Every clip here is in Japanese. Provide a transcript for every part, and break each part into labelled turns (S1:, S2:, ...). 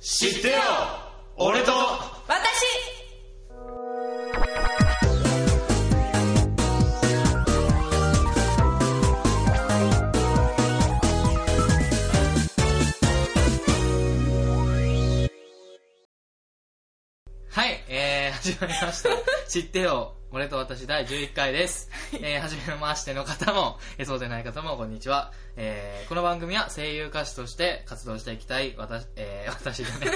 S1: 知ってよ俺と
S2: 私
S1: はい、えー、始まりました。知ってよ俺と私第11回です。えー、初めましての方も、えーそうでない方もこんにちは。えー、この番組は声優歌手として活動していきたい、私、えー、私じゃね。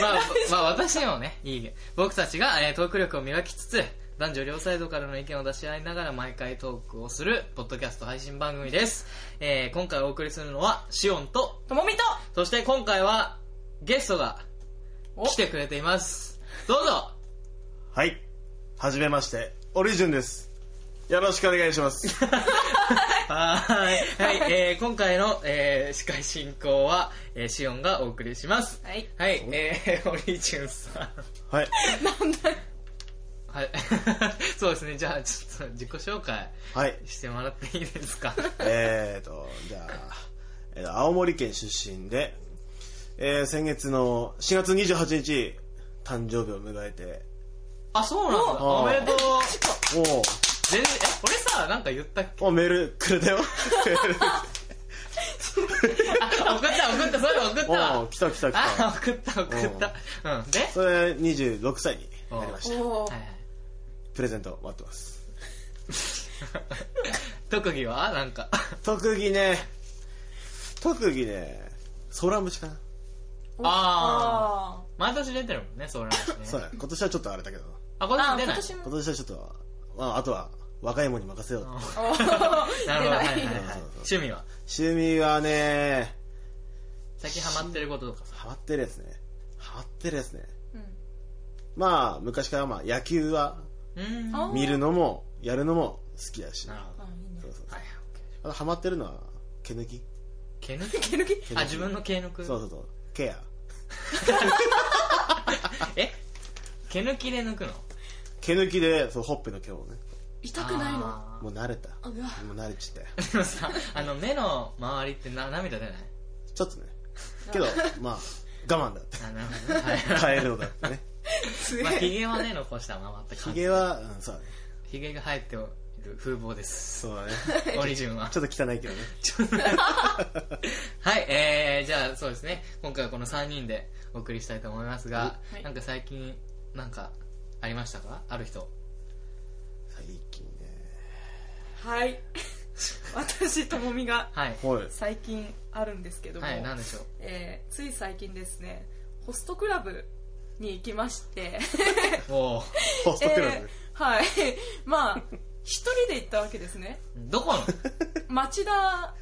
S1: まあ、まあ、私もね、いい僕たちが、えートーク力を磨きつつ、男女両サイドからの意見を出し合いながら毎回トークをする、ポッドキャスト配信番組です。えー、今回お送りするのは、シオンと、
S2: ともみと
S1: そして今回は、ゲストが
S2: お
S1: 来てくれています。どうぞ
S3: はい。はじめまして、オリジュンです。よろしくお願いします。
S1: はーい。はい、えー、今回の、えー、司会進行は、えー、シオンがお送りします。
S2: はい
S1: はい、えー、オリジュンさん。
S3: はい。
S2: なんだ
S1: はい。 そうですね、じゃあ、ちょっと自己紹介
S3: はい。
S1: してもらっていいですか。
S3: えーと、じゃあ、えーと青森県出身で、えー先月の4月28日、誕生日を迎えて、
S1: あ、そうなんだ。
S3: お
S1: おめでとう。
S3: おう
S1: 全然、え、俺さ、なんか言ったっけ
S3: お、メールくれたよ。
S1: あ、送った、送った、そういえば送った
S3: おう
S1: わ。
S3: 来た来た来た。
S1: あ、 送った、送った。うん。で
S3: それ26歳になりました。
S2: お
S1: はいはい
S3: プレゼント待ってます。
S1: 特技はなんか。
S3: 特技ね、特技ね、ソーラン節かな。
S1: あ 毎年出てるもんね、そうなんですね。
S3: そうや、今年はちょっとあれだけど。
S1: あ、これ
S2: あ
S1: 出
S2: 今
S1: ない。
S2: 年も
S3: 今年はちょっと、まあ、あとは若い者に任せようと
S2: おー
S1: な るほど、はいはいはい
S3: そうそうそう。
S1: 趣味は
S3: 趣味はね
S1: 最近ハマってることとかさ。
S3: ハマってるやつねハマってるやつね
S2: うん
S3: まあ昔からまあ野球は
S1: うーん。なる
S2: あ
S1: ほ
S3: 見るのもやるのも好きやし
S1: ど。は
S2: あいいね
S3: そうそうそう
S1: い。
S3: あとハマってるのは毛抜き
S1: 毛抜き
S2: 毛抜き
S3: 毛抜き
S1: あ、自分の毛抜く
S3: そうそうそうケア
S1: え毛抜きで抜くの
S3: 毛抜きでそうほっぺの毛をね
S2: 痛くないの
S1: あー
S3: もう慣れた
S2: う
S3: も
S2: わ
S3: う慣れちったよ
S1: で もさ、あの、目の周りってな涙出ない
S3: ちょっとねけどまあ我慢だって
S1: あ、なるほどね。はい
S3: 変えるのだってね
S2: すげ
S1: まあ、
S2: え
S1: ヒゲはね、残したままって
S3: ヒ
S1: 感じ。
S3: ゲはうんそうだね
S1: ヒゲが生えておる風貌です。
S3: そうだね
S1: オリジンは。
S3: ちょっと汚いけどね
S1: はい、えー、じゃあそうですね、今回はこの3人でお送りしたいと思いますが、
S2: はい
S1: なんか最近、なんかありましたかある人。
S3: 最近ね
S2: はい 私ともみが
S1: はい。
S3: はい
S2: 最近あるんですけども、
S1: はい、なんでしょう。
S2: えーつい最近ですねホストクラブに行きまして
S1: おー
S3: ホストクラブ、
S2: えーはいまあ一人で行ったわけですね
S1: どこの
S2: 町田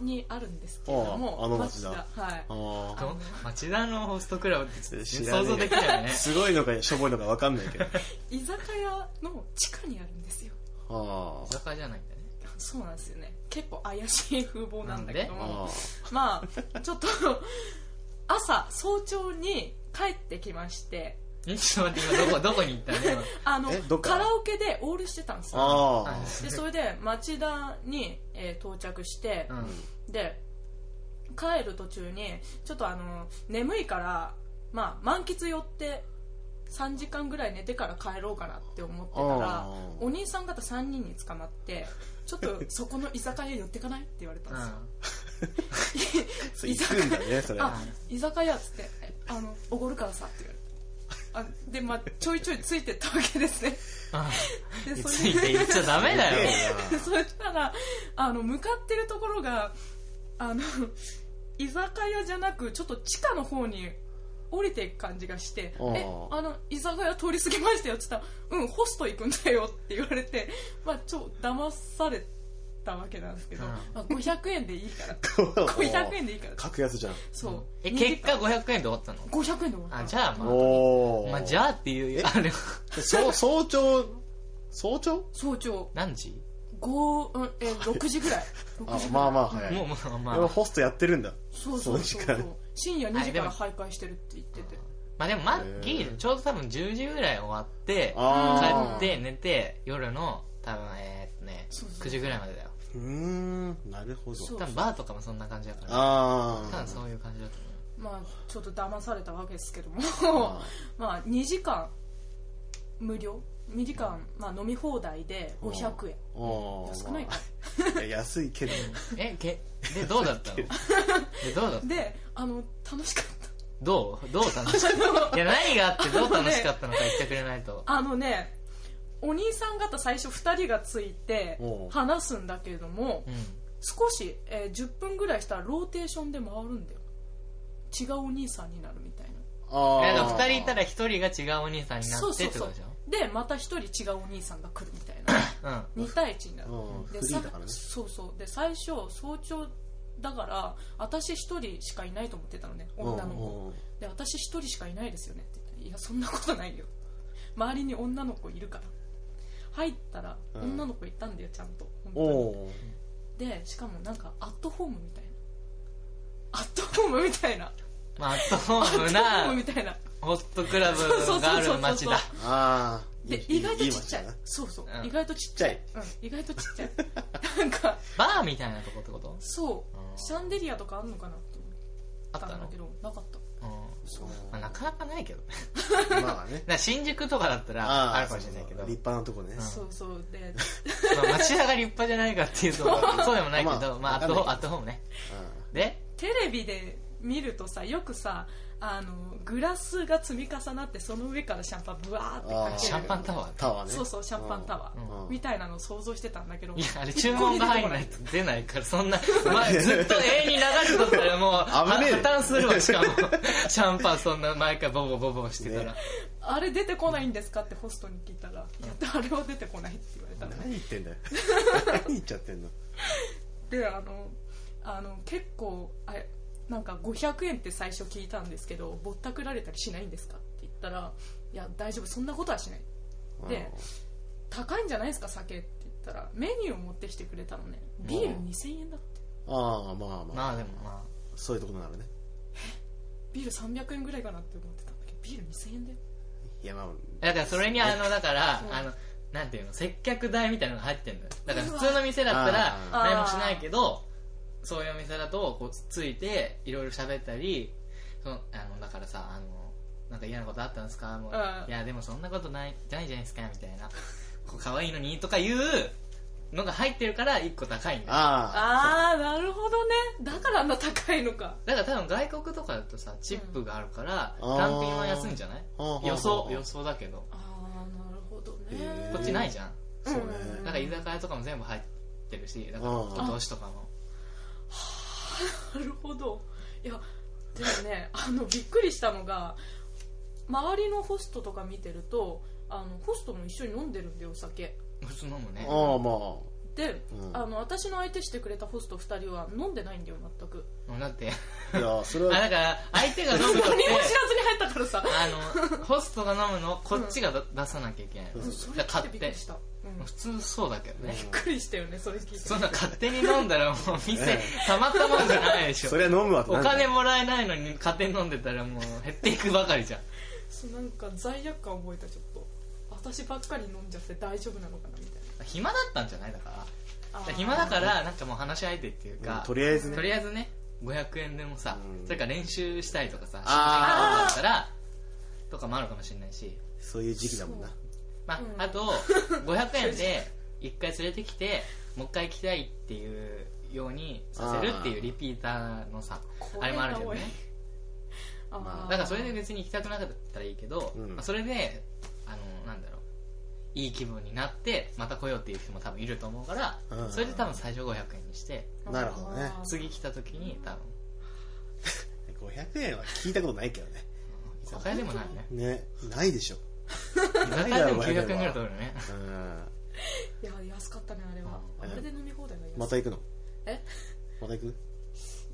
S2: にあるんですけれども
S3: ああの町田
S2: はい
S3: ああ
S1: ど町田のホストクラブってちょっと
S3: 知らね
S1: 想
S3: え
S1: 像できないよね。
S3: すごいのかしょぼいのか分かんないけど
S2: 居酒屋の地下にあるんですよ
S3: あ
S1: 居酒屋じゃないんだね。
S2: そうなんですよね結構怪しい風貌なんだけど
S3: あ
S2: も
S3: あ
S2: まあちょっと朝早朝に帰ってきまして
S1: んちょっと待っ て、今どこ、どこに行ったの今
S2: あの
S3: えどっか
S2: カラオケでオールしてたんですよ
S3: ああ
S1: あ
S2: でそれで町田に、えー到着して
S1: う、ん。
S2: で帰る途中にちょっとあの眠いから、まあ、満喫寄って3時間ぐらい寝てから帰ろうかなって思ってたら
S3: あー
S2: お兄さん方3人に捕まってちょっ とそこの居酒屋寄ってかないって言われたん
S1: う
S2: ですよ
S1: ん。
S3: そう行くんだねそれ
S2: あ居酒屋っつってえ「あのおごるからさ」って言われて。あでまあ、ちょいちょいついてったわけですね
S1: あ
S2: で
S1: つ
S2: れ
S1: いて行っちゃダメだよ。
S2: で そしたらあの向かってるところがあの居酒屋じゃなくちょっと地下の方に降りていく感じがして「
S3: あー
S2: えあの居酒屋通り過ぎましたよ」っつったら「うんホスト行くんだよ」って言われてまあちょ騙されたわけなんですけど、
S1: うん
S2: まあ、500円でいいから
S3: 5
S2: 500円でいいから
S3: 格安じゃん
S2: そう
S1: え、結果
S2: 逃げ
S1: 500円で終わったの
S2: た500円で終わった
S1: あ、じゃあま
S3: お
S1: あ、
S3: お
S1: まあじゃあっていう、あれは、
S3: そう早朝早朝
S2: 早朝
S1: 何時
S2: 5、うん、え6時ぐらい
S3: あ
S2: 6時ぐらい
S3: まあまあ早い
S1: もう
S3: で
S1: まあまあ
S3: も。ホストやってるんだ
S2: そうそう
S3: そ
S2: そう
S3: の時
S2: うそ
S3: 間
S2: う深夜2時か
S1: あ
S2: ら
S1: で
S2: 徘徊してるって言ってて
S1: まあでもマッキ
S3: へ
S1: ー
S3: ー
S1: ちょうど多分10時ぐらい終わって
S3: あ
S1: 帰って寝て夜の多分えーっとね
S2: そうそう
S1: 9時ぐらいまでだよ
S3: うーんなるほど
S2: そう
S1: 多分バーとかもそんな感じだから
S3: あ
S1: 多分そういう感じだと思う
S2: まあちょっと騙されたわけですけども
S3: あ
S2: まあ2時間無料2時間、まあ、飲み放題で500円
S3: あー
S2: 少ないか
S3: まあいや安いけど
S1: えけでどうだっ たのでどうだった
S2: であの楽しかった
S1: どうどう楽しか ったいや何があ ってどう楽しかったのか言ってくれないと
S2: あのねお兄さん方最初2人がついて
S3: おう
S2: 話すんだけれども
S1: うん
S2: 少し、えー10分ぐらいしたらローテーションで回るんだよ違うお兄さんになるみたいな
S3: あ
S1: え
S3: ー
S1: だから2人いたら1人が違うお兄さんにな
S2: そう
S1: って
S2: そ
S1: っ
S2: う
S1: て
S2: そ
S1: こ
S2: う
S1: とでしょ
S2: でまた1人違うお兄さんが来るみたいな
S1: うん
S2: 2対1になる
S3: うん
S2: で
S3: フリーだからね
S2: さそうそうで最初早朝だから私1人しかいないと思ってたのね女の子
S3: うん
S2: で私1人しかいないですよねって言ったらいやそんなことないよ 周りに女の子いるから入ったら
S3: うん
S2: 女の子いたんだよちゃんと本
S3: お
S2: 当
S3: お
S2: にでしかもなんかアットホームみたいなアットホームみたいな
S1: まあアットホ
S2: アッ
S1: ーム
S2: トホームみ
S1: な
S2: たいな
S1: ホットクラブがある街だ
S3: ああ
S2: で意外とちっちゃいそうそう
S1: うん
S2: 意外とちっちゃい
S3: ち
S2: うん意外とちっちゃいなんか
S1: バーみたいなとこってこと
S2: そうシャンデリアとかあんのかなと思
S1: あ
S2: っ
S1: っ
S2: た
S1: た
S2: んだ
S1: の
S2: けどなかった
S1: うん
S3: そう
S1: まあなかなかないけどね
S3: まあね
S1: な新宿とかだったら
S3: ー
S1: あるかもしれないけど
S3: そうそう立派なとこね
S1: うん
S2: そうそうで
S1: まあ町田が立派じゃないかっていうとそうでもないけど
S3: ま
S1: ま
S3: あ
S1: あアットホ
S3: わかんないけど
S1: アットホームねで
S2: テレビで見るとさよくさあのグラスが積み重なってその上からシャンパンブワーってかけ
S3: あ
S2: る
S3: ー
S1: シャンパンタワー
S3: タワーね
S2: そうそうシャンパンタワ
S3: うん
S2: ーみたいなのを想像してたんだけど
S1: いやあれ注文が入んないと出ないからそんな、まあ、ずっと永遠に流れとったらもうは
S3: 危ねえ
S1: 破綻するわしかもシャンパンそんな毎回ボボボボしてたら、
S3: ね
S2: あれ出てこないんですかってホストに聞いたら「いやあれは出てこない」って言われたの
S3: 何言って んだよ何言っちゃってんの
S2: であのあの結構あれなんか500円って最初聞いたんですけどぼったくられたりしないんですかって言ったら「いや大丈夫そんなことはしない」で高いんじゃないですか酒って言ったらメニューを持ってきてくれたのねビール
S3: うん
S2: 2000円だって
S3: ああまあまあ
S1: まあでもま
S3: そういうとこなのね
S2: ビール300円ぐらいかなって思ってたんだけどビール2000円だよ
S3: いやまあ
S1: あだからそれにあのだから
S2: うん
S1: あのなんていうの接客代みたいなのが入ってんだよだから普通の店だったら
S3: う
S2: わ
S1: 何もしないけどそういうお店だとこうつついていろいろ喋ったりそのあのだからさあのなんか嫌なことあったんですかもう、
S2: うん
S1: いやでもそんなことないないじゃないですかみたいなこう可愛いのにとかいうのが入ってるから1個高いんだよ
S3: あ
S2: ああなるほどねだからあんな高いのか
S1: だから多分外国とかだとさチップがあるから
S3: うん
S1: 単品は安いんじゃない
S3: あー
S1: 予
S3: あ
S1: 想
S3: ー
S1: 予想だけど
S2: ああなるほどね
S3: へー
S1: こっちないじゃん
S3: あそうね
S2: うん
S1: なんか居酒屋とかも全部入ってるしだから
S3: うん
S1: お通しとかも
S2: なるほどいやでもね あのびっくりしたのが周りのホストとか見てるとあのホストも一緒に飲んでるんだよお酒
S1: 普通飲むね
S3: ああまあ
S2: で、
S3: うん
S2: あの私の相手してくれたホスト2人は飲んでないんだよ全 く
S1: もうだって
S3: いやそれ
S1: あ
S3: は
S1: だから相手が飲むのっ
S2: 何も
S1: て
S2: 知らずに入ったからさ
S1: あのホストが飲むのをこっちがだ出さなきゃいけないの
S3: うん
S2: そ
S1: だ
S2: れ
S1: か
S2: 聞
S1: ら
S2: い
S1: 買
S2: て
S1: っ
S2: びっく
S1: て
S2: りした、うんびっ
S1: 普通そうだけどね
S2: くりしたよねそれ聞いて
S1: そんな勝手に飲んだらもう店たまったもんじゃないでしょ
S3: それは飲むわ
S1: お
S3: なんだ
S1: 金
S3: よ
S1: もらえないのに勝手に飲んでたらもう減っていくばかりじゃん
S2: そうなんか罪悪感覚えたちょっと私ばっかり飲んじゃって大丈夫なのかなみたい
S1: 暇だったんじゃないだから
S2: な
S1: だから暇だからなんかもう話し相手っていう
S3: う
S1: か
S3: んとりあえずね
S1: とりあえずね500円でもさ
S3: うん
S1: それから練習したりとかさ
S3: あ
S2: ー
S1: だったらとかもあるかもしれないし
S3: そういう時期だもんな
S2: そ
S1: まあ
S2: うん
S1: あと500円で1回連れてきてもう1回行きたいっていうようにさせるっていうリピーターのさあれもあるけどね
S2: あー
S3: まあ
S1: だからそれで別に行きたくなかったらいいけど、
S3: うん
S1: まあそれであのなんだろういい気分になってまた来ようっていう人も多分いると思うから、
S3: うん
S1: それで多分最初500円にして
S3: なるほどね
S2: あー
S1: 次来た時に多分
S3: 500円は聞いたことないけどね
S1: 居酒屋でもない ね
S3: ねないでし ょ
S1: 居酒屋でも900円ぐらい取るね
S3: うん
S2: いや安かったねあれは
S3: うん
S2: あれで飲み放題が安い
S3: また行くの
S2: え
S3: また行く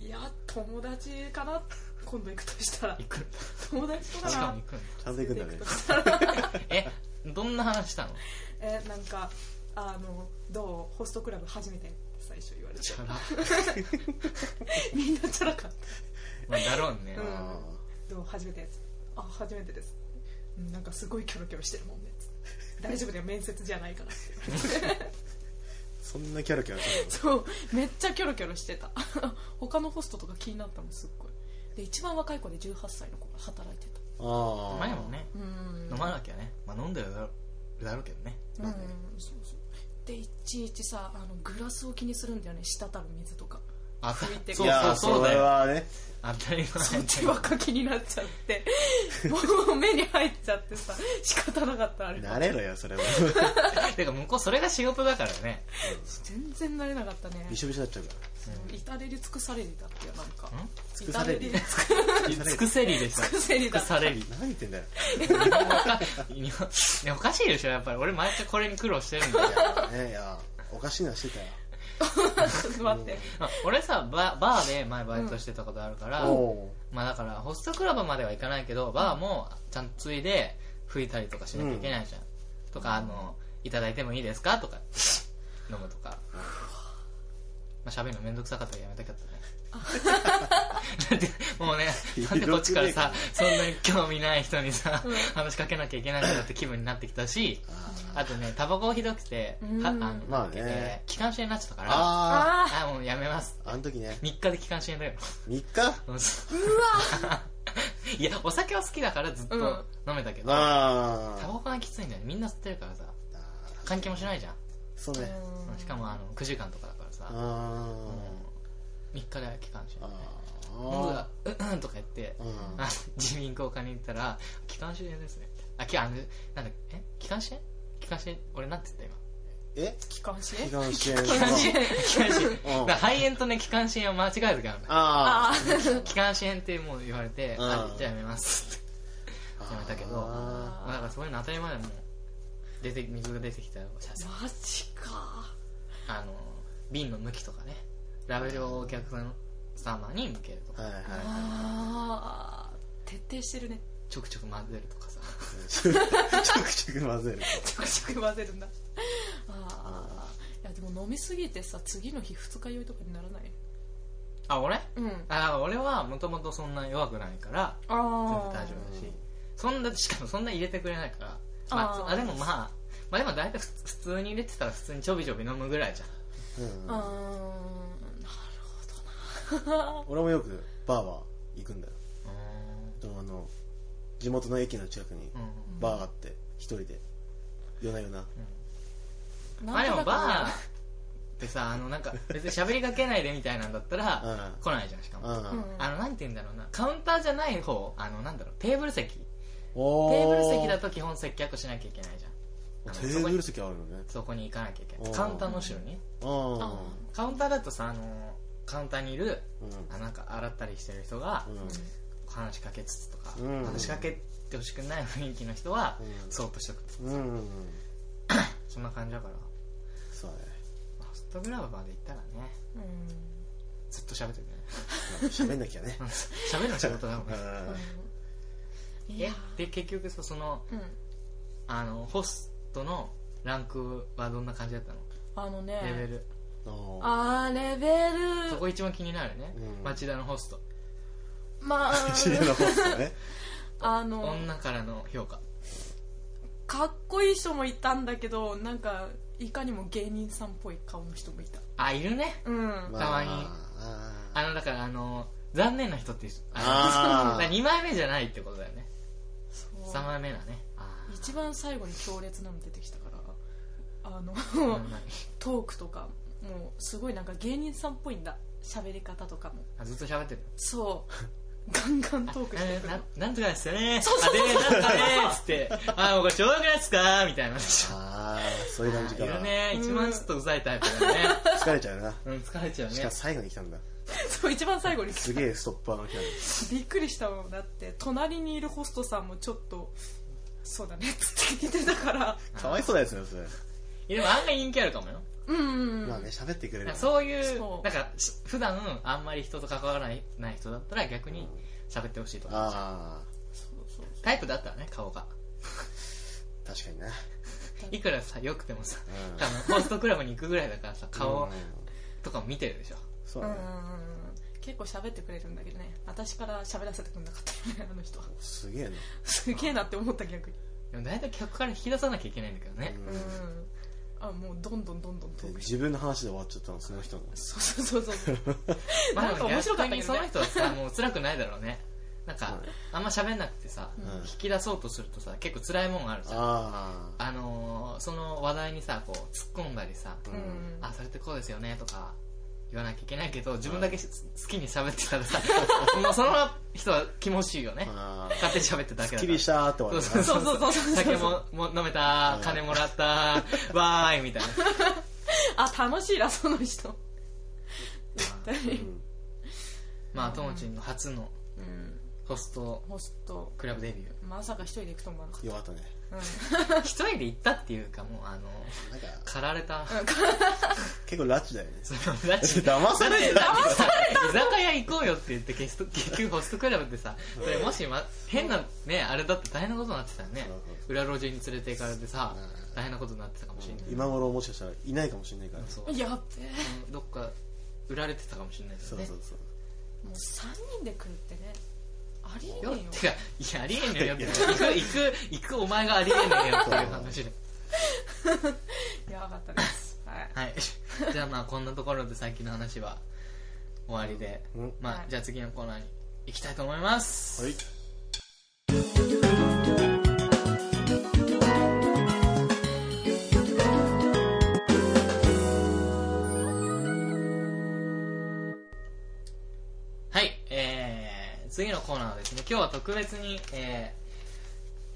S2: いや友達かな今度行くとしたら
S1: 行く
S2: 友達とか
S1: しか
S2: な
S1: も行くんだ
S3: ちゃんと行くんだね
S2: 行くとしたら
S1: えどんな話したの
S2: えなんかあのどうホストクラブ初めてって最初言われて
S1: チャラ、
S2: みんなチャラかった
S1: まあ、だろうね、
S2: うん
S3: あ
S2: どう初めてですあ初めてですうんなんか すごいキョロキョロしてるもんね大丈夫だよ面接じゃないから
S3: ーそんなキャラキャラしてるの
S2: そうめっちゃキョロキョロしてた 他のホストとか気になったのすっごいで一番若い子で18歳の子が働いてた
S3: ああ
S1: 前もね
S2: うーん
S1: 飲まなきゃね、まあ、飲んでるだろうだろうけどね
S2: うんそうそうでいちいちさあのグラスを気にするんだよね滴る水とか
S1: あた
S2: 拭いて
S1: そう
S3: いや
S1: そ
S3: ー
S1: うそう
S3: そ
S1: だ
S3: れ
S1: よ
S3: はね
S1: 当たり前
S2: そっちばっか気になっちゃってもう目に入っちゃってさ仕方なかったあれ
S3: 慣れろよそれは
S1: てか向こうそれが仕事だからね
S2: 全然慣れなかったね
S3: びしょびしょになっちゃうから
S2: 至れり尽くされりだっけなんか
S1: ん
S3: 尽くされり
S2: 至尽
S1: 尽くせりでした
S2: くせり
S1: 尽く
S2: だ
S1: されり
S3: 何言ってんだよ
S1: 日本おか日本 ねおかしいでしょやっぱり俺毎回これに苦労してるんだよ
S3: ねいやおかしいなしてたよ
S2: ちょっと待って
S1: まあ俺さバーバーで前バイトしてたことあるから、
S3: お
S1: まあだからホストクラブまでは行かないけどバーもちゃんとついで拭いたりとかしなきゃいけないじゃん、とかあのいただいてもいいですかと か飲むとかまあ喋るのめんどくさかったらやめたか ったねだってもうねなんでこっちからさそんなに興味ない人にさ、
S2: うん
S1: 話しかけなきゃいけないんだって気分になってきたしあとねタバコをひどくて、
S2: うん
S1: はあの
S3: まあね
S1: えー気管支炎になっちゃったからあ
S3: あ
S2: あ
S1: あもうやめます
S3: ああの時ね
S1: 3日で気管支炎だよ
S3: 3日
S1: うわ いやお酒は好きだからずっと飲めたけど、
S3: あ
S1: タバ
S3: あ
S1: コがきついんだよねみんな吸ってるからさ
S3: あ
S1: 換気もしないじゃん、
S3: そう
S2: ー
S3: ね
S2: う
S1: しかもあの9時間とかだからさ、
S3: あ
S1: 3日で期間中
S3: あ
S1: 飲む
S3: あ
S1: がうんうんとか言って、
S3: うん
S1: あの耳鼻咽喉科に行ったら気管支炎ですねあきあのなんだえ気管支炎気管支炎俺なんて言った
S3: え
S2: 気管支
S3: 気管支炎
S1: 今気管支炎気管支炎
S3: うん
S1: だから肺炎とね気管支炎を間違えるからね
S3: あ
S2: あー
S1: 気管支炎ってもう言われて、
S3: うん
S1: あじゃあやめますって
S3: あ
S1: やめたけど
S3: あ
S1: だからそういうの当たり前でもう出て水が出てきたらシャシャ
S2: マジか
S1: あの瓶の向きとかねラベルをお客様に向けると
S3: ー
S1: か
S3: はいはい
S2: あー徹底してるね
S1: ちょくちょく混ぜるとかさ
S3: ちょくちょく混ぜる
S2: ちょくちょく混ぜるんだあーいやでも飲みすぎてさ次の日二日酔いとかにならない
S1: あ俺
S2: うん
S1: あ俺はもともとそんな弱くないから
S2: あ
S1: 全然
S2: あ
S1: 大丈夫だしそんなしかもそんな入れてくれないからまあ
S2: あー
S1: つあでもまあまあでも大体ふつ普通に入れてたら普通にちょびちょび飲むぐらいじゃん
S3: うん
S2: あーなるほどな
S3: 俺もよくバーは行くんだよでもあの地元の駅の近くに
S1: うん
S3: バーがあって一人で夜な夜な
S1: まあでもバー
S2: ー
S1: ってさあのなんか別に喋りかけないでみたいなんだった ら
S3: う
S1: 来ないじゃんしかも
S3: んうん
S1: あのなんて言うんだろうなカウンターじゃない方あのなんだろうテーブル席
S3: お
S1: テーブル席だと基本接客しなきゃいけないじゃんあの
S3: テーブル席あるのね
S1: そこに行かなきゃいけな
S3: お
S1: い
S3: ー
S1: カウンターの後ろに
S3: あ
S1: カウンターだとさあのカウンターにいる
S3: うん
S1: あなんか洗ったりしてる人が話しかけつつとか、
S3: うん
S1: 話しかけてほしくない雰囲気の人は、そーっとしとくと
S3: うんうん
S1: そんな感じだから
S3: そうね
S1: まあホストグラブまで行ったらね
S2: うん
S1: ずっと喋ってる ね
S3: 喋んなきゃね
S1: 喋るの仕事だもんね
S2: うんい
S1: え
S2: や
S1: で結局さその
S2: うん
S1: あのホストのランクはどんな感じだったの
S2: あのね
S1: レベル
S3: あ
S2: あーレベ
S1: そ
S2: ル
S1: こ一番気になるね、
S3: うん
S1: 町田のホスト
S2: まあ
S3: 知らなかったね
S2: あの
S1: 女からの評価
S2: かっこいい人もいたんだけどなんかいかにも芸人さんっぽい顔の人もいた
S1: あいるね
S2: うん
S1: たまにあのだからあの残念な人っていう人
S3: あー
S1: 2枚目じゃないってことだよね
S2: そう
S1: 3枚目だねあー
S2: 一番最後に強烈なの出てきたからあの
S1: うん何
S2: トークとかもうすごいなんか芸人さんっぽいんだ喋り方とかも
S1: あずっと喋ってる
S2: そうガンガントークして
S1: え
S2: く
S1: ー
S2: る
S1: ななんとかですよねあでねなんかねつってあもうこれちょうどよくないっすかみたいな
S3: ああそういう感じ
S1: い
S3: か
S1: るね
S2: うん
S1: 一番ちょっとうざいタイプだよね
S3: 疲れちゃうな
S1: うん疲れちゃう
S3: し
S1: ね
S3: かも最後に来たんだ
S2: そう一番最後に
S3: すげえストッパーのキャラ
S2: びっくりしたもんだって隣にいるホストさんもちょっとそうだねっつって聞いてたから
S3: かわいそうなやつだよそれ
S1: いやでも案外人気あるかもよ
S2: うんうんうん
S3: まあね喋ってくれ
S1: なん
S3: る
S1: かそういう
S2: そう
S1: なんかし普段あんまり人と関わらないない人だったら逆に喋ってほしいと思う
S3: ああ
S2: そうそう
S1: タイプだったらね顔が
S3: 確かにな
S1: いくらさ良くてもさ
S3: うん
S1: 多分ホストクラブに行くぐらいだからさ顔とかも見てるでしょ
S3: そう
S2: う
S3: だ
S2: んうん
S3: ね
S2: うん結構喋ってくれるんだけどね私から喋らせてくれなかったよねあの人は
S3: すげえな
S2: すげえなって思った逆に
S1: でも大体客から引き出さなきゃいけないんだけどね
S2: うんあもうどんどんどんどん
S3: で
S2: 遠くして
S3: 自分の話で終わっちゃったのその人の
S2: そうそうそうそう
S1: まあ
S2: なんか面白かったけ
S1: 逆に
S2: ど
S1: その
S2: ね
S1: 人はさもう辛くないだろうねなんか、
S3: はい
S1: あんま喋んなくてさ、
S2: うん
S3: うん
S1: 引き出そうとするとさ結構辛いもんがあるじゃんあ
S3: ああ
S1: のーその話題にさこう突っ込んだりさ、
S2: うんうん
S1: あそれってこうですよねとか言わなきゃいけないけど自分だけし好きに喋ってたらさ もうその人は気持ちいいよね
S3: あ
S1: 勝手に喋ってるだ
S3: あす
S1: け
S3: っき
S1: だか
S3: り
S1: ら
S3: したーって終わ
S1: そう
S3: っ
S1: そ
S3: た
S1: うそうそう酒もも飲めた
S3: うん
S1: 金もらったわーいみ たいな
S2: あ楽しいなその人
S3: うん
S1: まあともちんの初の
S2: うん
S1: ホスト
S2: ホスト
S1: クラブデビュー
S2: まさか一人で行くと思わなかっ
S3: よかったね
S2: た、うん
S1: 一人で行ったっていうかもうあの
S3: なんか
S1: 駆られた
S3: 結構拉致だよね
S1: だって
S3: 騙されてた
S1: 居酒屋行こうよって言って結局結局ホストクラブってさそれもし、ま、変なねあれだって大変なことになってたよね
S3: そうそう
S1: 裏路地に連れて行かれてさ
S3: うん
S1: 大変なことになってたかもしれない
S3: 今頃もしかしたらいないかもしれないから
S1: そう
S2: やっべえ
S1: どっか売られてたかもしれないです
S3: そ
S1: ね
S3: うそうそう
S2: もう3人で来るってねありえ
S1: よ
S2: ね
S1: って
S2: え
S1: かいやありえねえよって行く行く行くお前がありえねえよっていう話で
S2: よやばかったですはい
S1: はいじゃあまあこんなところで最近の話は終わりで、
S3: うん
S1: まあ
S2: はい
S1: じゃあ次のコーナーに行きたいと思います、
S3: はい
S1: はい、えー、次のコーナーはですね、今日は特別に、え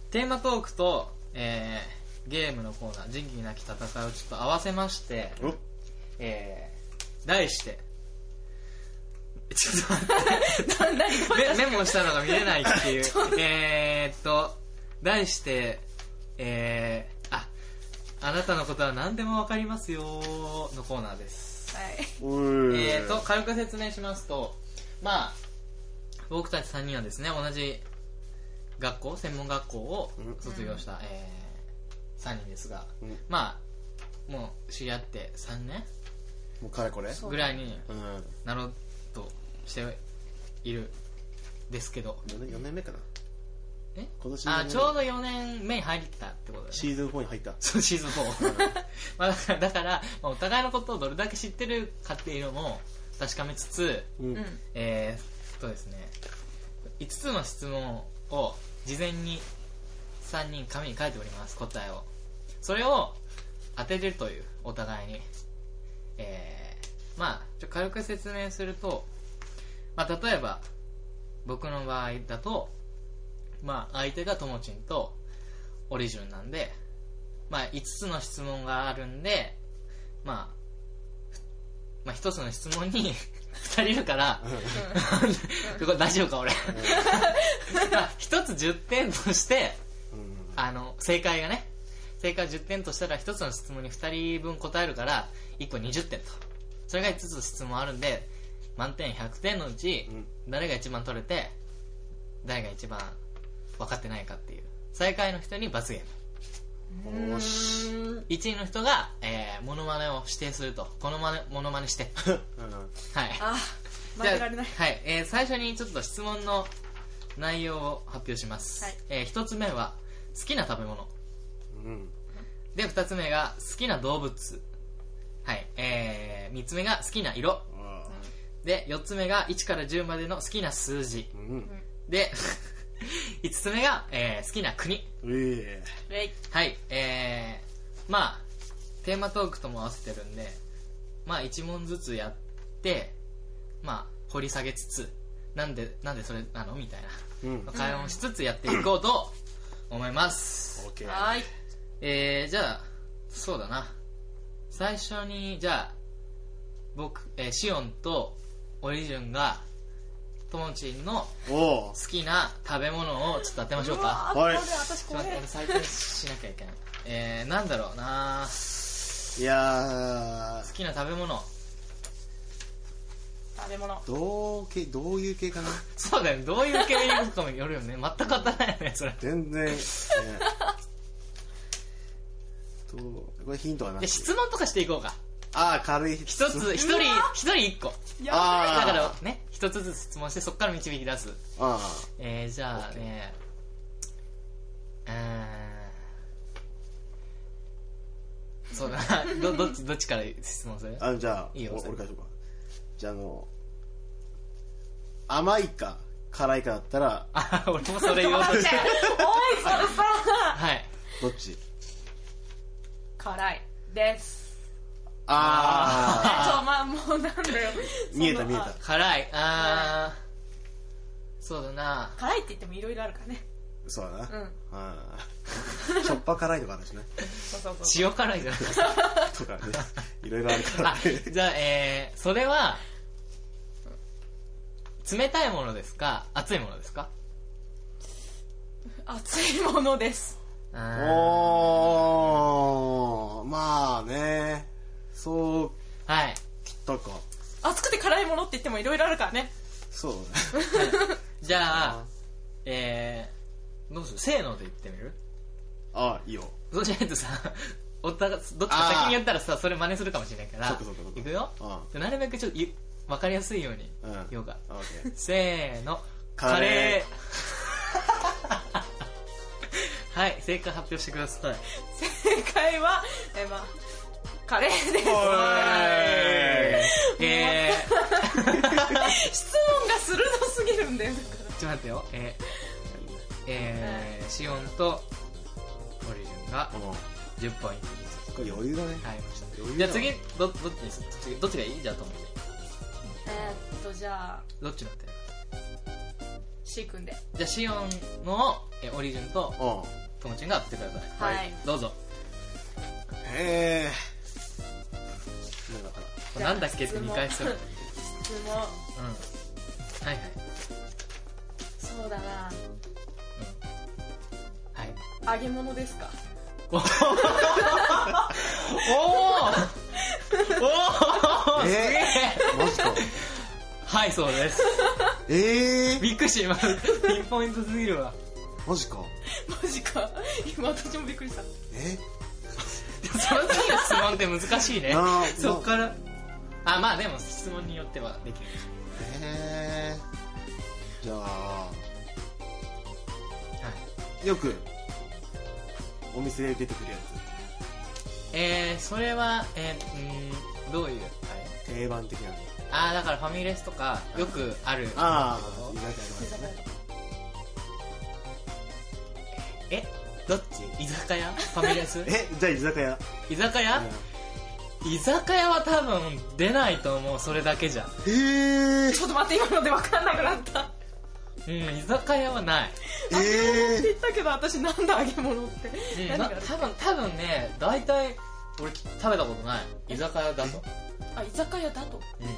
S1: ー、テーマトークと、えー、ゲームのコーナー、仁義なき戦いをちょっと合わせまして、
S3: お
S1: えー、題して、ちょっと待って、メメモしたのが見れないって いう、えーっと、題して、えー、あ、あなたのことは何でもわかりますよーのコーナーです。
S2: はい
S3: おい
S1: えー、と軽く説明しますと、まあ、僕たち3人はですね同じ学校専門学校を卒業した、え3人ですが、
S3: うん
S1: まあもう知り合って3年
S3: もうかれこれ
S2: そう
S1: ぐらいに
S3: うん
S1: なろうとしているですけど
S3: 4年四年目かな
S1: え
S3: 今年
S1: あちょうど4年目に入ってたってことです
S3: シ
S1: ね
S3: ーズン4に入った
S1: そうシーズン4 まあだからだからまあお互いのことをどれだけ知ってるかっていうのも確かめつつ
S3: う
S2: うんん
S1: えー、っとですね5つの質問を事前に3人紙に書いております答えをそれを当てるというお互いにえー、まあちょ軽く説明すると、まあ、例えば僕の場合だとまあ相手がともちんとオリジュンなんでまあ5つの質問があるんでまあふまあ、1つの質問に 2人いるから、 これ大丈 夫か俺まあ一つ10点として
S3: うん
S1: あの正解がね正解10点としたら一つの質問に2人分答えるから1個20点とそれが5つ質問あるんで満点100点のうち
S3: うん
S1: 誰が一番取れて誰が一番分かってないかっていう最下位の人に罰ゲーム
S3: よし
S2: うん
S1: 1位の人が、えー、モノマネを指定するとこのマネモノマネして
S3: うん
S1: はい
S2: あ負
S1: じゃあ
S2: けられない
S1: はい、えー最初にちょっと質問の内容を発表します、
S2: はい
S1: えー一つ目は好きな食べ物
S3: うん
S1: で二つ目が好きな動物はいえー、三つ目が好きな色
S3: あ
S1: で四つ目が1から10までの好きな数字
S3: ーうん
S1: で 五つ目が、えー好きな国
S3: うえ
S2: レイ
S1: はいえー、まあテーマトークとも合わせてるんでまあ一問ずつやってまあ掘り下げつつなんでなんでそれなのみたいな
S3: うん
S1: 会話もしつつやっていこうと思います、
S3: オッケー
S2: はい
S1: えー、じゃあそうだな最初にじゃあ僕、えーシオンとオリジュンがともちんの
S3: おお
S1: 好きな食べ物をちょっと当てましょう
S2: うわ
S1: か
S2: ー
S3: はい
S2: これ私
S1: ちょ
S2: こ
S1: っと
S2: れ
S1: 待って俺採点しなきゃいけないえー、なんだろうない
S3: や
S1: 好きな食べ物
S2: 食べ物
S3: ーどう系どういう系かな
S1: そうだよねどういう系に行くかもよる よね全く当たらないよねそれ
S3: 全然ね とこれヒントはな
S1: で
S3: し
S1: 質問とかしていこうか
S3: ああ軽い
S1: 一つ一人一人一個
S2: やばい
S3: あ
S1: だ
S3: あ
S1: からね一つずつ質問してそこから導き出す
S3: あ
S1: えー、じゃあね、うーんそうだな。 ど、どっち、どっちから質問する
S3: あのじゃあ
S1: いいよ
S3: お俺からしようかじゃああの甘いか辛いかだったら
S1: あ、俺もそれ言おうと
S2: おい
S1: し
S2: そ
S1: た。
S2: れさ
S1: はい。
S3: どっち
S2: 辛いですちょ
S1: あ
S3: あ
S2: まあもうなんだよ
S3: あ見えた見え
S2: その
S3: た
S1: 辛い。あー。そうだな。
S2: あ辛いって言ってもいろいろあるからね
S3: そうだな
S2: うん
S3: あーしょっぱ辛いとかある しね
S2: そうそうそう
S1: 塩辛いじゃないです か。
S3: とかねいろいろあるから
S1: あ
S3: ね、
S1: じゃあ、えー、それは、冷たいものですか熱いものですか
S2: 熱いものです
S1: あ
S3: おーまあねそう
S1: ーはい。
S3: きったか
S2: 熱くて辛いものって言ってもいろいろあるからね
S3: そう
S1: じゃ
S3: だ
S1: あ
S3: ね、
S1: えー、どうするせーので言ってみる
S3: あいいよ
S1: そうしないとさ、お互いどっちか先に言ったらさ、それ真似するかもしれないから、
S3: そっかそっかそっか
S1: いくよ。
S3: う
S1: でなるべくちょっとゆ分かりやすいように
S3: うん
S1: 言おうか、
S3: オッケー
S1: せーの
S3: カレ
S1: ー はい正解発表してください
S2: 正解はえまあカレーです
S1: え
S2: 質問が鋭すぎるんだよだから
S1: ー、ちょっと待ってよえーえー、シオンとオリジンが
S3: う
S1: 10本いく
S3: ん余裕だね
S1: 入りました
S3: 余裕
S1: じ
S3: だ
S1: ゃあ次どどっちにす次どっちがいいじゃあと思って
S2: えーっとじゃあ
S1: どっちのって
S2: シー君で
S1: じゃあシオンのえーオリジンと
S3: うん
S1: ともちんが当ててください
S2: はい
S1: どうぞ
S3: へえなんだか
S1: これなんだっけって2回する
S2: 質問
S1: うんはいはい
S2: そうだな
S1: はい。
S2: 揚げ物ですか
S1: おおおおすげえ
S3: え マジか
S1: はい、そうです。
S3: ええ
S1: びっくりして、今、ピンポイントすぎるわ。
S3: マジか
S2: マジか今私もびっくりした
S3: え
S1: その時の質問って難しいね
S3: なあ。
S1: そっから。あ、まあでも質問によってはできる。
S3: ええじゃあ
S1: はい。
S3: よくお店で出てくるや
S1: えー、それは、えー、うーん、どういう、あれ
S3: つ定番的なの
S1: あー、だからファミレスとか、よくある。
S3: ああ意外とありますね
S1: えどっち居酒屋ファミレス
S3: えじゃあ居酒屋
S1: 居酒屋、居酒屋は多分出ないと思う、それだけじゃ。
S3: ええ
S2: ちょっと待って今ので分かんなくな った
S1: うん、居酒屋はない。
S3: え
S2: って言ったけど私なんだ揚げ物って
S1: うん、
S2: 何
S1: な
S2: が
S1: 多分多分ね大体俺き食べたことない居酒屋だと
S2: あ居酒屋だと
S1: うん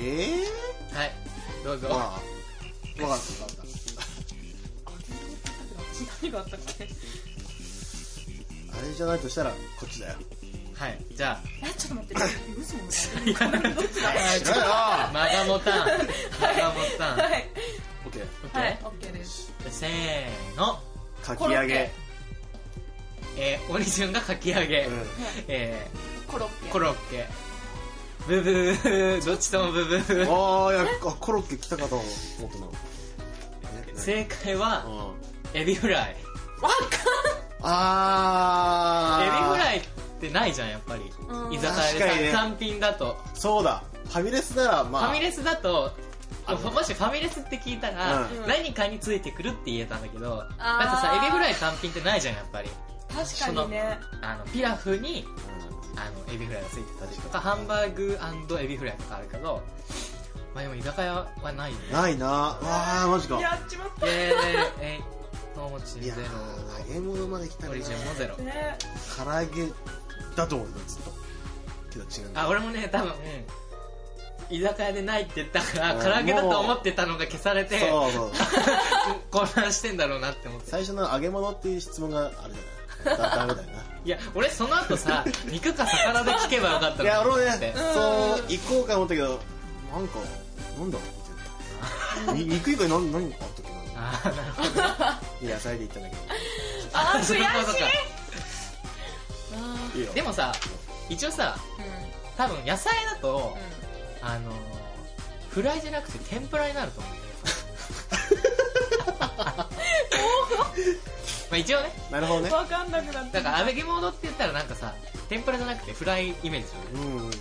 S3: ええ
S1: はいどうぞ、
S3: まあわかったわかった
S2: 揚げ物って言ったけど私何があったっ け
S3: あれじゃないとしたらこっちだよ
S1: はいじ ゃ
S2: えちょっと待って嘘も
S1: あいや
S2: どっちだ
S1: ちょっと
S3: あ
S1: マガモタンマガモタン、
S2: はい
S3: オッケー
S1: オッケー
S2: はいオッケーです
S1: せーの
S3: か
S2: コ
S3: き揚
S2: ロッ
S3: げ
S2: ケ
S1: えー、オリジュンがかき揚げ、
S3: うん
S1: え
S2: コロッ
S1: ー、
S2: ケ
S1: コロッケブブーどっちともブブー
S3: ああいやあコロッケ来たかと思ったの
S1: 正解はエビフライエビ
S2: わか
S3: あ
S1: フ
S3: あ
S1: ラ
S3: イ
S1: イってないじゃんやっぱり
S2: うん
S1: 居酒屋
S3: 確かに
S1: で
S3: ね
S1: さ単品だと
S3: そうだファミレスなら
S1: フ
S3: まあ
S1: ァミレスだと
S3: あの
S1: もしファミレスって聞いたら、
S3: うん
S1: 何かについてくるって言えたんだけどだって
S2: あー
S1: さエビフライ単品ってないじゃんやっぱり
S2: 確かにね
S1: あのピラフにあのエビフライがついてたりとかハンバーグエビフライとかあるけどまあでも居酒屋はないよね
S3: ないなわあマジか
S2: やっちまった
S1: えー、えー、ともち
S3: い
S1: ゼ
S3: や揚げ物まで来た
S1: ロ
S3: ら
S1: オリジンもゼロ
S2: ね
S3: 唐揚げだと思ってたずっとけど違うんだ
S1: あ俺もね多分、居酒屋でないって言ったから
S3: うん
S1: 唐揚げだと思ってたのが消されて
S3: そうそう
S1: 混乱してんだろうなって思って
S3: 最初の揚げ物っていう質問があれだよなだダメだよない
S1: や俺その後 さ肉か魚で聞けばよかったの
S3: い
S1: に
S3: や俺もね
S1: って
S3: そう行こうか思ったけどなんかなんだろうみたいなに肉以外何何があったっけ
S1: あーなるほど
S3: な野菜で行ったんだけ
S2: あー悔し
S1: そう
S2: い
S1: いうことか
S2: あ
S3: どいいよ
S1: でもさ一応さ
S2: ーうん
S1: 多分野菜だと、
S2: う
S1: あのーフライじゃなくて天ぷらになると思うんだよまあ一応ね
S3: なるほどね
S2: わかんなくなってき
S1: なん
S2: た
S1: か揚げ物って言ったらなんかさ天ぷらじゃなくてフライイメージする
S3: うんうんうん
S1: っ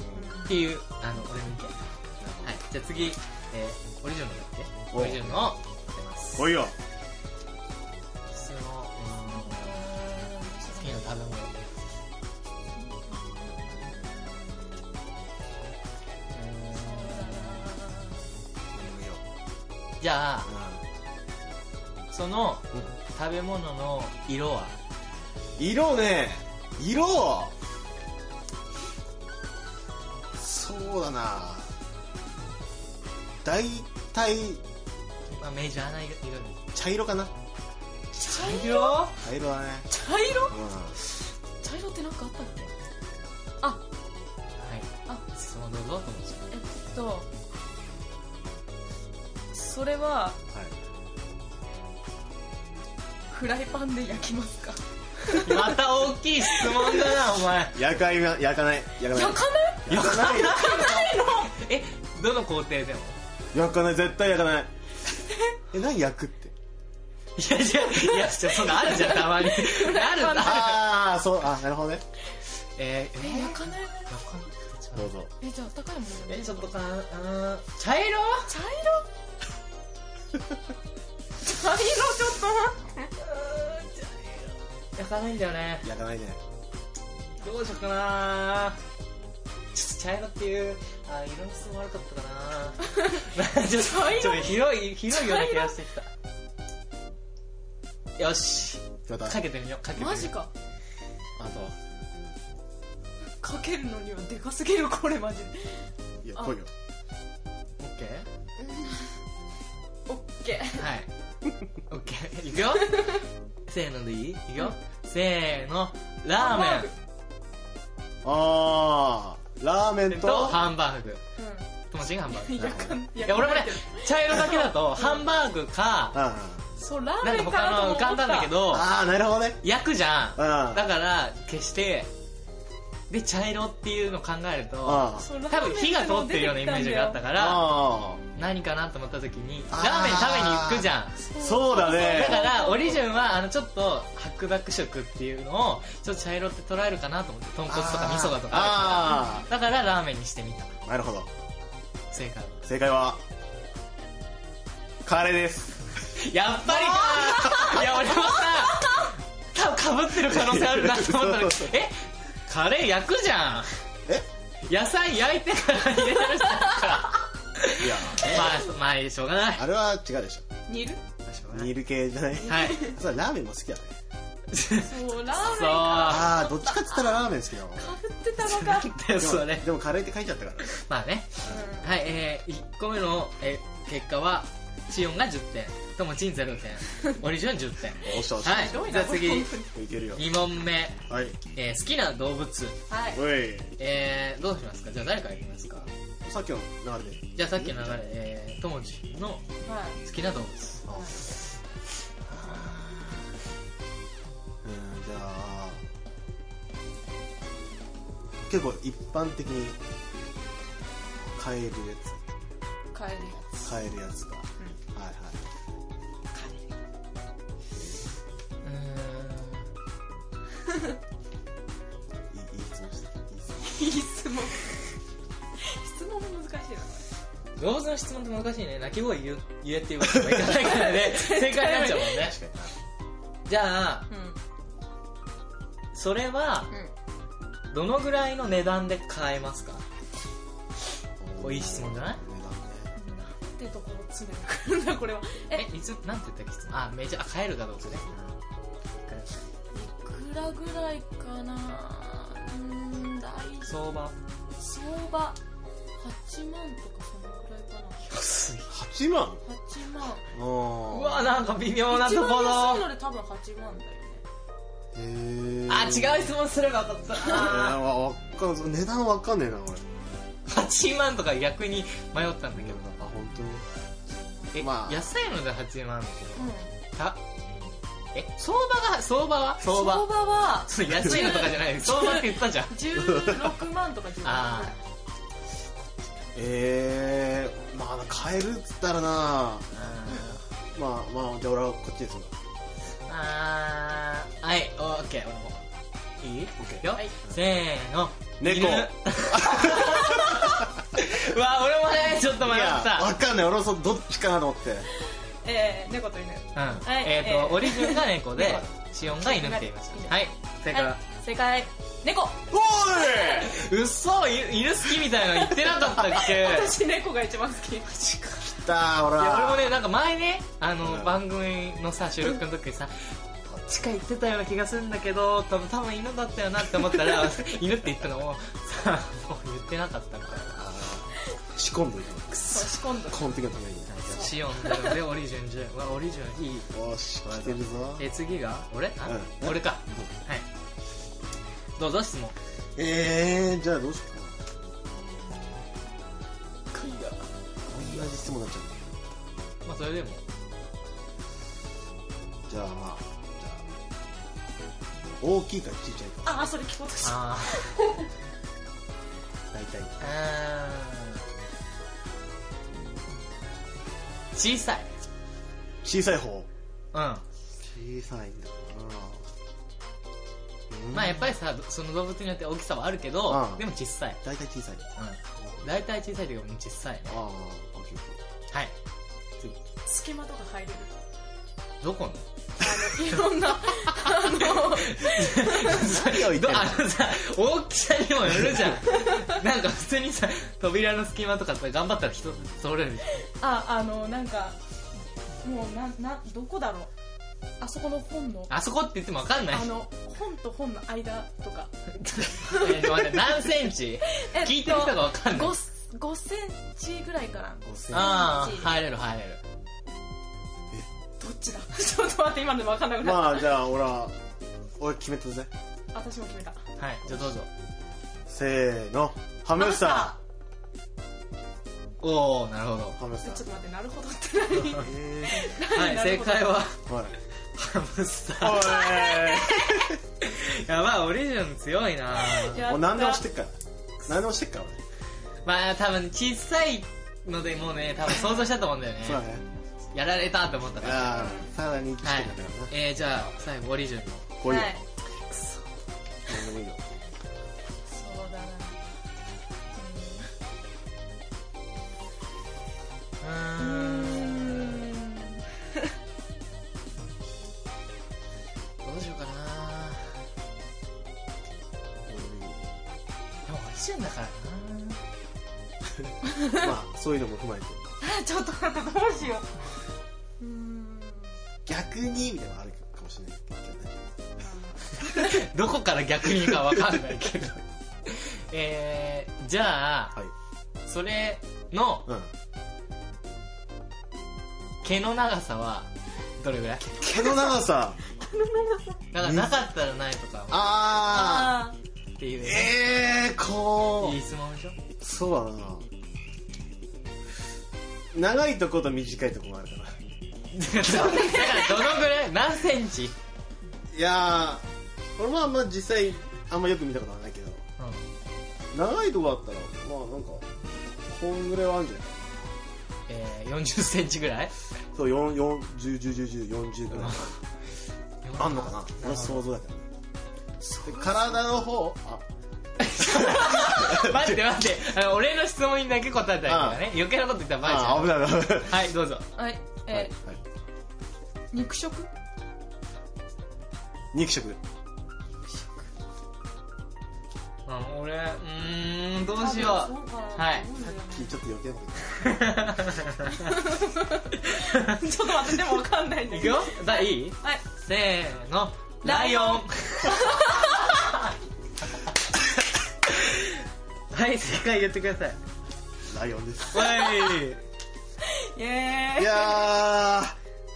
S1: ていうあの俺の意見はいじゃあ次、えー、オリジナルだっけ
S3: お
S1: オリジナルのを当てます
S3: 来いよ
S1: そのうーん好きな食べ物
S3: いいよ
S1: じゃあ
S3: う
S1: その
S3: ん
S1: 食べ物の色は
S3: 色ね色そうだな大体
S1: まあメジャーな色色です
S3: 茶色かな
S2: 茶
S1: 茶
S2: 色
S1: 色
S3: 茶色だね
S2: 茶色
S3: う
S2: 茶色ってなんかあったっけあ
S1: はい
S2: あ
S1: 質問どうぞと思って
S2: えっとそれ
S3: ん
S2: は
S3: はい
S2: フライパンで焼きますか
S1: また大きい質問だなお前
S3: 焼かいは焼かない焼かない
S2: 焼かない
S3: 焼かない
S1: えどの工程でも
S3: 焼かない絶対焼かない え何焼くって
S1: いやいやいやそんなあるじゃんたまにあるんだ
S3: ああそうあなるほどね
S1: えー、え
S2: え
S1: ー、
S2: 焼かない
S1: わかんない
S3: どうぞ
S2: えじゃああったかいもんじゃない
S1: えちょっとかなあー茶色
S2: 茶色茶色 ちょっと待って
S1: 焼かないんだよね
S3: 焼かないね
S1: どうしようかなちょっと茶色っていうあー色の質も悪かったかなちょっと
S2: 茶色
S1: ちょっと広い広いような気がしてきたよし
S3: また
S1: かけてみようかけてみよう
S2: マジか
S1: あと
S2: かけるのにはでかすぎるこれマジで
S3: いや来いよ
S1: オッケー
S2: オッケー
S1: はいオッケーいくよせーのでいいいくよせーのラーメ
S3: ああラーメン
S1: ン
S3: と
S1: とハンバーグ
S2: う
S1: 友達がハンバ ーグ
S2: ん焼かん
S1: いや俺も
S2: 焼かない
S1: ね
S2: けど
S1: 茶色だけだとハンバーグか
S3: あ
S2: そうラー
S1: なん
S2: メ
S1: か
S2: ンかなと
S1: 他の
S2: 思
S1: 浮
S2: っ
S1: か
S2: た
S1: んだんだけど
S3: あーなるほどね
S1: 焼くじゃん
S3: うんあ
S1: だから消してで茶色っていうのを考えると
S3: あ
S2: そうラ
S1: 多
S2: ーメン
S1: 分火が通ってるようなイメージがあったから
S3: あ
S1: 何かなと思った時に
S3: あ
S1: ラ
S3: ー
S1: ーメン食べに行くじゃん
S2: そう
S3: そうだね
S1: だからオリジンはあのちょっと白濁色っていうのをちょっと茶色って捉えるかなと思って豚骨とか味噌だとかあ
S3: あ
S1: るからだからラーメンにしてみた
S3: あなるほど
S1: 正解は
S3: 正解はカレーです
S1: やっぱり かいや俺もさ多分被ってる可能性あるなと思った ら
S3: そう
S1: えカレー焼くじゃん
S3: え
S1: 野菜焼いてから入れるじゃんか
S3: いや
S1: まあ、まあ、しょうがない。
S3: あれは違うでし
S2: 煮る
S3: ょ煮る系じ ゃない
S1: はい。
S3: それはラーメンも好きだね
S2: そうラーメンか
S1: そ
S3: ああどっちかっつったらラーメン好きだもん
S2: かぶってたのか
S1: う。だよ、そ
S3: で
S1: れ
S3: も。でもカレーって書いちゃったから
S1: まあね。はい、えー、1個目の、えー結果は、チオンが10点、ともちん0点、 オリジョン10点。
S3: おっしゃおっしゃ、
S1: はい。
S2: ひどい
S1: じ
S2: な
S1: ゃあ次、
S3: い、けるよ
S1: 2問目。
S3: はい
S1: えー好きな動物。
S2: はい
S3: おい
S1: えー、どうしますかじゃあ誰からいきますか
S3: さっきの流れで
S1: じゃあさっきの流れ、えー、ともちんの
S2: は
S1: 好きな動物。
S2: い
S3: うんじゃあ結構一般的に買えるや
S2: 帰るや
S3: つ買えるやつか、はいは
S1: うー。
S3: いいいい質問していい質問
S2: ついい質問質問も難しいなん
S1: 動物の質問って難しいね。鳴き声言う言えって言われてもいかないから ね。正解になっちゃうもんね。
S3: 確か
S1: じゃあ、
S2: うん
S1: それは、どのぐらいの値段で買えますか
S3: に
S1: これいい質問じゃない
S3: 値段ね
S2: うんなんてところ詰めてくるんだこれはえ
S1: えいつなんて言ったっけあメジャーあ買えるかどうかね
S2: いくらぐらいかなうん大
S1: 相場
S2: 相場8万とかそのくらいかな
S1: 安い
S3: 8万
S2: 8万
S1: う
S3: う
S1: わなんか微妙な
S2: 一
S1: ところ
S2: 番安い
S1: あ
S2: ので多分8万だよね
S3: へえ
S1: 違う質問すれば当たった
S3: え
S1: な
S3: ー、わわっかん値段わかんねえな俺
S1: 8万とか逆に迷ったんだけど
S3: あ本当に
S1: え、
S3: まあ
S1: 安いので8万って
S2: うん
S1: たえ相場が相場は相場
S2: 相場は
S1: そう安いのとかじゃない 相場って言ったじゃん
S2: 16万とか17万
S1: あ
S2: ぐらい
S3: ええー、まあ買えるっつったらな
S1: あ
S3: まあまあじゃあ俺はこっちですわ
S1: ーあーはいオッケー俺もいい
S3: オッケー
S1: よ、
S2: はい
S1: せーの
S3: 猫
S1: 犬うわ俺もねちょっと迷っ
S3: やわ
S1: た
S3: かんない俺もそうどっちかなと思って
S2: えー、猫と犬
S1: うん、
S2: はい
S1: えっ、
S2: え
S1: と、
S2: ー
S1: オリジンが猫で
S2: 猫
S1: シオンが犬って言いましたはい正解、
S2: はい正解猫
S3: おい
S1: 嘘い犬好きみたいなの言ってなかったっけ
S2: 私猫が一番好き
S3: 来たー俺
S1: いや俺も
S3: は
S1: ねなんか前ねあの、
S3: うん
S1: 番組のさ収録の時にさどっちか言ってたような気がするんだけど多分多分犬だったよなって思ったら 犬って言ったのをさもう言ってなかったみたいな
S3: あー仕込んでいく
S2: そう仕込んだ
S3: コン的なために
S1: シオン0でオリジュン10わオリジュンいい
S3: よし来てるぞ
S1: え次が俺あ、
S3: うん
S1: 俺かはいどうぞ質問
S3: えー、じゃあどうしようかな。いや、同じ質問になっちゃうね。
S1: まあそれでも
S3: じゃあまあ、じゃあ、大きいか小さいか、
S2: ああそれ聞こうとした
S1: あ
S3: 大体。
S1: あ小さい
S3: 小さい方。
S1: うん
S3: 小さいんだな
S1: まあやっぱりさその動物によって大きさはあるけど、
S3: うん
S1: でも小さい、
S3: 大体小さい。あ
S1: うん、大体小さいというかもう小さいね
S3: あ、オッケー
S1: はい
S2: 隙間とか入れる
S1: どこの
S2: あのいろんなあの
S3: 何を言って
S1: ど
S3: んの
S1: あのさ大きさにもよるじゃんなんか普通にさ扉の隙間とかさ頑張ったら人通れるじ
S2: ああのなんかもうななどこだろうあそこの本の
S1: ゃんあそこって言っても分かんない
S2: あの本と本の間とか
S1: え待って何センチ
S2: えっと
S1: 聞いてる人が分かんない
S2: 5す5センチぐらいかな
S3: 五千
S1: ああ入れる入れる
S2: どっちだ ちょっと待って今ので分かんなくなった、
S3: まあじゃあ、俺は、俺決めたぜ。
S2: 私も決めた
S1: はいじゃあどうぞ
S3: せーの。ハムスタ
S1: おおなるほど
S3: ー。ハムス
S2: ちょっと
S3: ター。
S2: 待ってなるほどって 何
S3: え
S1: はい正解は
S3: ー、はい。
S1: ハムスター
S3: お
S1: やばいオリジュン強いない
S3: もう何でもしてっから。何でもしてっから、
S1: まあ多分小さいのでもうね多分想像したと思うんだよね
S3: 俺。そうだね。
S1: やられたと思ったから
S3: ああ、さらに生き
S1: は
S3: て
S1: い
S3: んだからな。
S1: えー、じゃあ最後オリジュンの
S3: こういう
S2: は
S3: の
S2: い、
S3: 何でもいいよ。
S2: そうだな、
S1: う
S2: う
S1: ーん
S2: ん
S1: どうしようかなでもオリジュンだからな
S3: まあ、そういうのも踏まえて。
S2: ちょっと待ってどうしよううーん
S3: 逆に、みたいなのあるかもしれないけどね。
S1: どこから逆にかわかんないけどえー、じゃあ
S3: はい。
S1: それの
S3: うん。
S1: 毛の長さはどれぐらい
S3: 毛の長さ。
S1: だからなかったらないとか
S3: あ
S2: あー
S1: っていう
S3: ー。
S1: ね
S3: えー、こ
S1: いい質問でしょ
S3: う。そうだな。長いとこと短いとこもあるから。
S1: だからどのぐらい何センチ、
S3: いやー、俺もあんま実際、あんまよく見たことはないけど、長いとこだったら、まあなんか、こんぐらいはあるんじゃない
S1: えー、4 0センチぐらい
S3: そう、4、4、10、10、10、10、40ぐらい。あんのかな俺の想像だけどねで体の方あ
S1: 待って待ってあの俺の質問にだけ答えたりとかね余計なこと言ったらバレちゃ
S3: あ
S1: う
S3: 危ない危ない
S1: はいどうぞ
S2: はいえー
S3: はいはい
S2: 肉食
S3: 肉食
S1: うん俺うーんどうし
S2: あで
S1: よ
S2: もそうかな
S1: はい
S2: そうなんだよね
S3: ちょっと余計なこと言っ
S2: ちょっと待ってでもわかんないん
S1: う
S2: だ
S1: い
S2: け
S1: く
S2: ど
S1: よだいい
S2: はい
S1: せーのライオン はい正解言ってください
S3: たライオンです
S1: はい
S2: イエー
S3: い
S2: イ
S3: や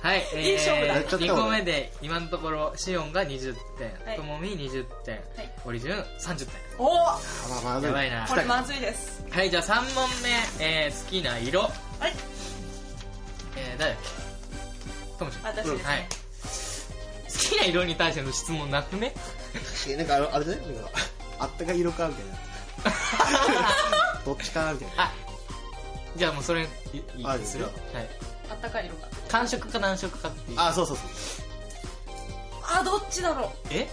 S1: はい、えー、
S2: いい勝負だ
S3: やっちゃった
S1: 2個目で今のところシオンが20
S2: は
S1: 点
S2: い
S1: ともみ20点、
S2: はい
S1: オリジュン30
S2: おお
S3: ーまあまず
S1: 点やば
S3: い
S1: いな
S2: これまずいです
S1: はいじゃあ3問目、えー好きな色
S2: はい
S1: えー、誰だっけともちゃん
S2: 私ですね、
S1: はい好きな色に対しての質問な くね
S3: えなんかあれあれじゃないなんかあったかい色かみたいなどっちかみたいな
S1: あじゃあもうそれいいい
S3: あ
S1: いですよ、はい、
S2: あったかい色が
S1: 単色か暖色かっていう
S3: あそうそうそう
S2: あーどっちだ ろう
S1: え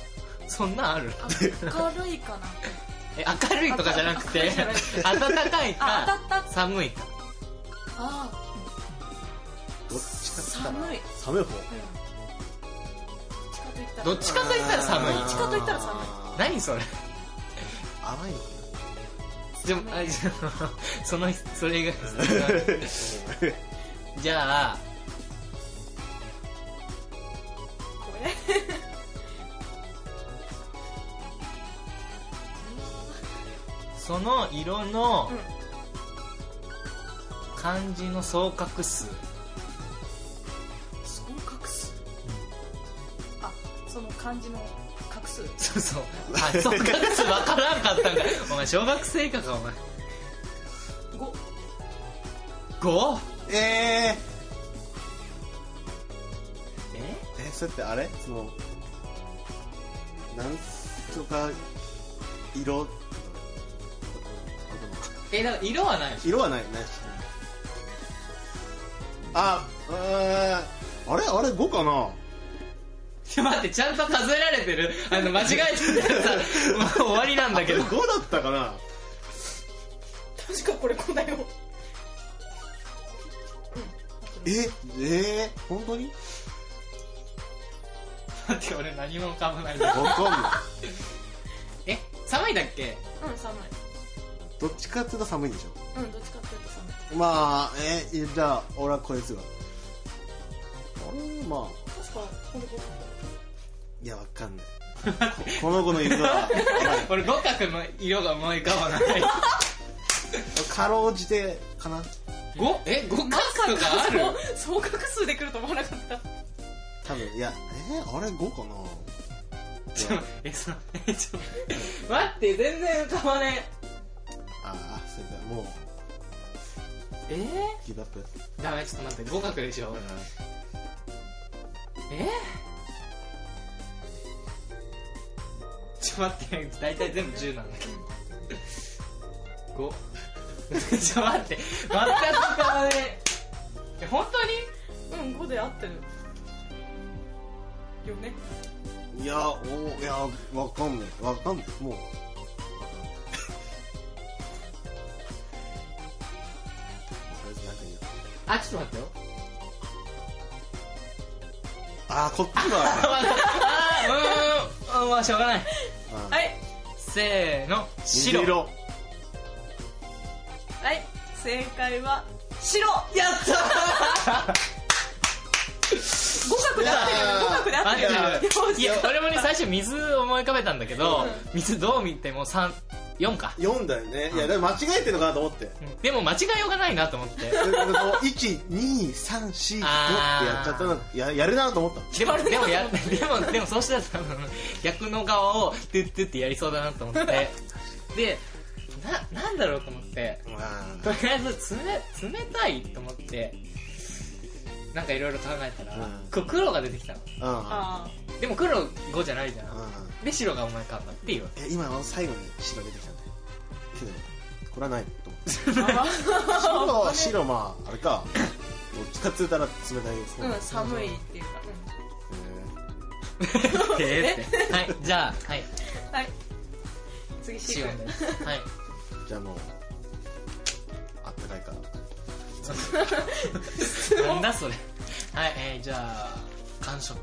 S1: そんなんある
S2: あ明るいかな
S1: え明るいとかじゃなくて
S2: 明るいじ
S1: 暖かい
S2: あ
S1: か
S2: 当たった
S1: 寒いか
S2: あ
S3: どっちかっつったら
S2: 寒い
S3: 寒い方
S2: ーうん
S1: どっちかと言ったら寒い
S2: どっちかと言ったら寒い
S1: 何それ
S3: 甘いの
S1: でもあじゃあ そのそれ 以外じゃあ
S2: こ
S1: その色の
S2: れうん
S1: 漢字の総画数
S2: 総画数あその漢字の画数
S1: そうそうあ総画数わからんかったんかお前小学生以下かお前
S2: 五
S1: 5?
S3: ええ
S1: え
S3: えそれってあれそのなんとか色
S1: えだから色はないでしょ
S3: 色はないないあえー、あれあれ5かな
S1: ちょ待ってちゃんと数えられてるあの間違えてたらさもう終わりなんだけど
S3: 5だったかな
S2: 確かこれこんなよ
S3: ええー、本当に
S1: 待って俺何も浮かばないんだ
S3: わかんない
S1: え寒いだっけ
S2: うん寒い
S3: どっちかっていうと寒いんでし
S2: うんどっちかっていうと寒い
S3: ょまあえー、じゃあ俺はこいつがあれまあ
S2: 確かこれこ
S3: いやわかんないここ の子の色 は
S1: 俺五角の色が思い浮かばない
S3: かろうじてかな
S1: 五え五角とかあ る
S2: れ総画数で来ると思わなかった
S3: 多分いやえー、あれ5か
S1: ちょ
S3: な
S1: えそえちょ待って全然浮かばね
S3: ああそれだもう
S1: ええ
S3: ギブアップ
S1: ー、ダメちょっと待って五角でしょえちょっと待って大体全部10なんだけど5 ちょっと待って全く浮かばねええ本当に
S2: うん5で合ってるよね
S3: いやおいやわかんないわかんないもう
S1: あちょっと待ってよ
S3: あーこっちだ
S1: あーうーんあまあしょうがない
S3: うん
S2: はい
S1: せーの
S3: 虹
S1: 白
S3: 色
S2: はい正解は白
S1: やった
S2: 五角で合ってる
S3: いやー
S2: 五角で合
S1: 合
S2: っ
S1: ってて
S2: る
S1: るいや俺もね最初水を思い浮かべたんだけど水どう見ても34か、
S3: 4だよねいやでも間違えてるのかなと思って
S1: うんでも間違いようがないなと思って
S3: 12345ってやっちゃったのややるなと思ったの
S1: でもでもやでもでもそうしたら多分逆の側をトゥットゥってやりそうだなと思ってでななんだろうと思ってとりあえず冷冷たいと思ってなんかいろいろ考えたら、
S3: うん
S1: こう黒が出てきたの
S3: あ
S2: あ
S1: でも黒5じゃないじゃ
S3: あ
S1: んで白が思い浮かんだっていう
S3: え今の最後に白出てきたんだよけどこれはないと思って
S2: ー
S3: 白は白まああれかどっちかっつうたら冷たいですね
S2: うん寒いっていうか
S1: えーってはいじゃあはい
S2: うんはい次シ
S1: シオ
S2: ー
S1: ン
S2: ク
S1: ですはい
S3: えーじゃあもうあったかいから
S1: なんだそれはい、えー、じゃあ完食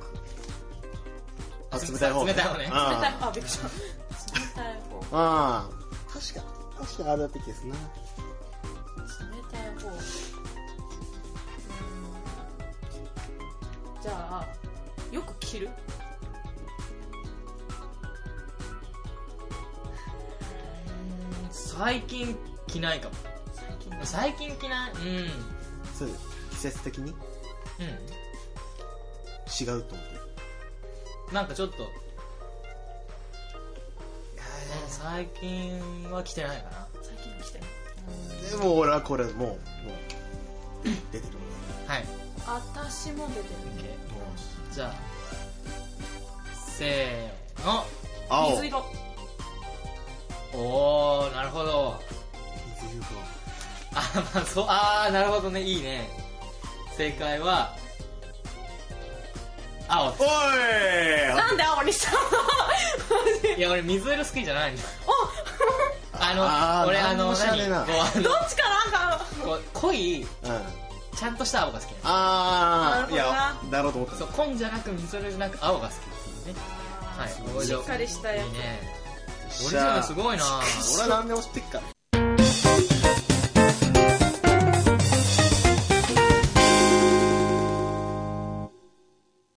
S3: あ冷たい方
S1: 冷たい方ね
S2: 冷たい
S3: あ
S2: あびっくりした冷たい方
S3: あああ確か確かあれだった気がするな
S2: 冷たい方うーんじゃあよく着る
S1: 最近着ないかも
S2: 最近
S1: 最近着ないうんうん
S3: そう季節的に違うと思って
S1: なんかちょっと最近は着てないかな
S2: 最近着てる
S3: でも俺はこれもうもう出てる
S1: はい
S2: 私も出てる
S1: OK
S3: もう
S1: じゃあせーの
S3: 青
S2: 水色
S1: おーなるほど
S3: 水色か
S1: あまあそうあーなるほどねいいね正解は青です
S3: おい
S2: なんび したマジ
S1: いや俺水色好きじゃないんだあ
S3: あ
S1: の
S3: ー
S1: 俺あ
S3: なんも
S1: の
S3: 知らねえ
S1: 何
S3: な
S1: こうあの
S2: どっちかなんか
S1: こう濃い
S3: うん
S1: ちゃんとした青が好きな
S3: あーい
S2: なる
S3: や
S2: ほ
S3: だろうと思った
S1: のそう紺じゃなく水色じゃなく青が好きですねはい
S2: しっかりしたやつ
S1: いいね
S3: よっ
S1: 俺
S3: し
S1: じゃ
S3: ゃ
S1: あすごいな
S3: 俺は何でも知ってっから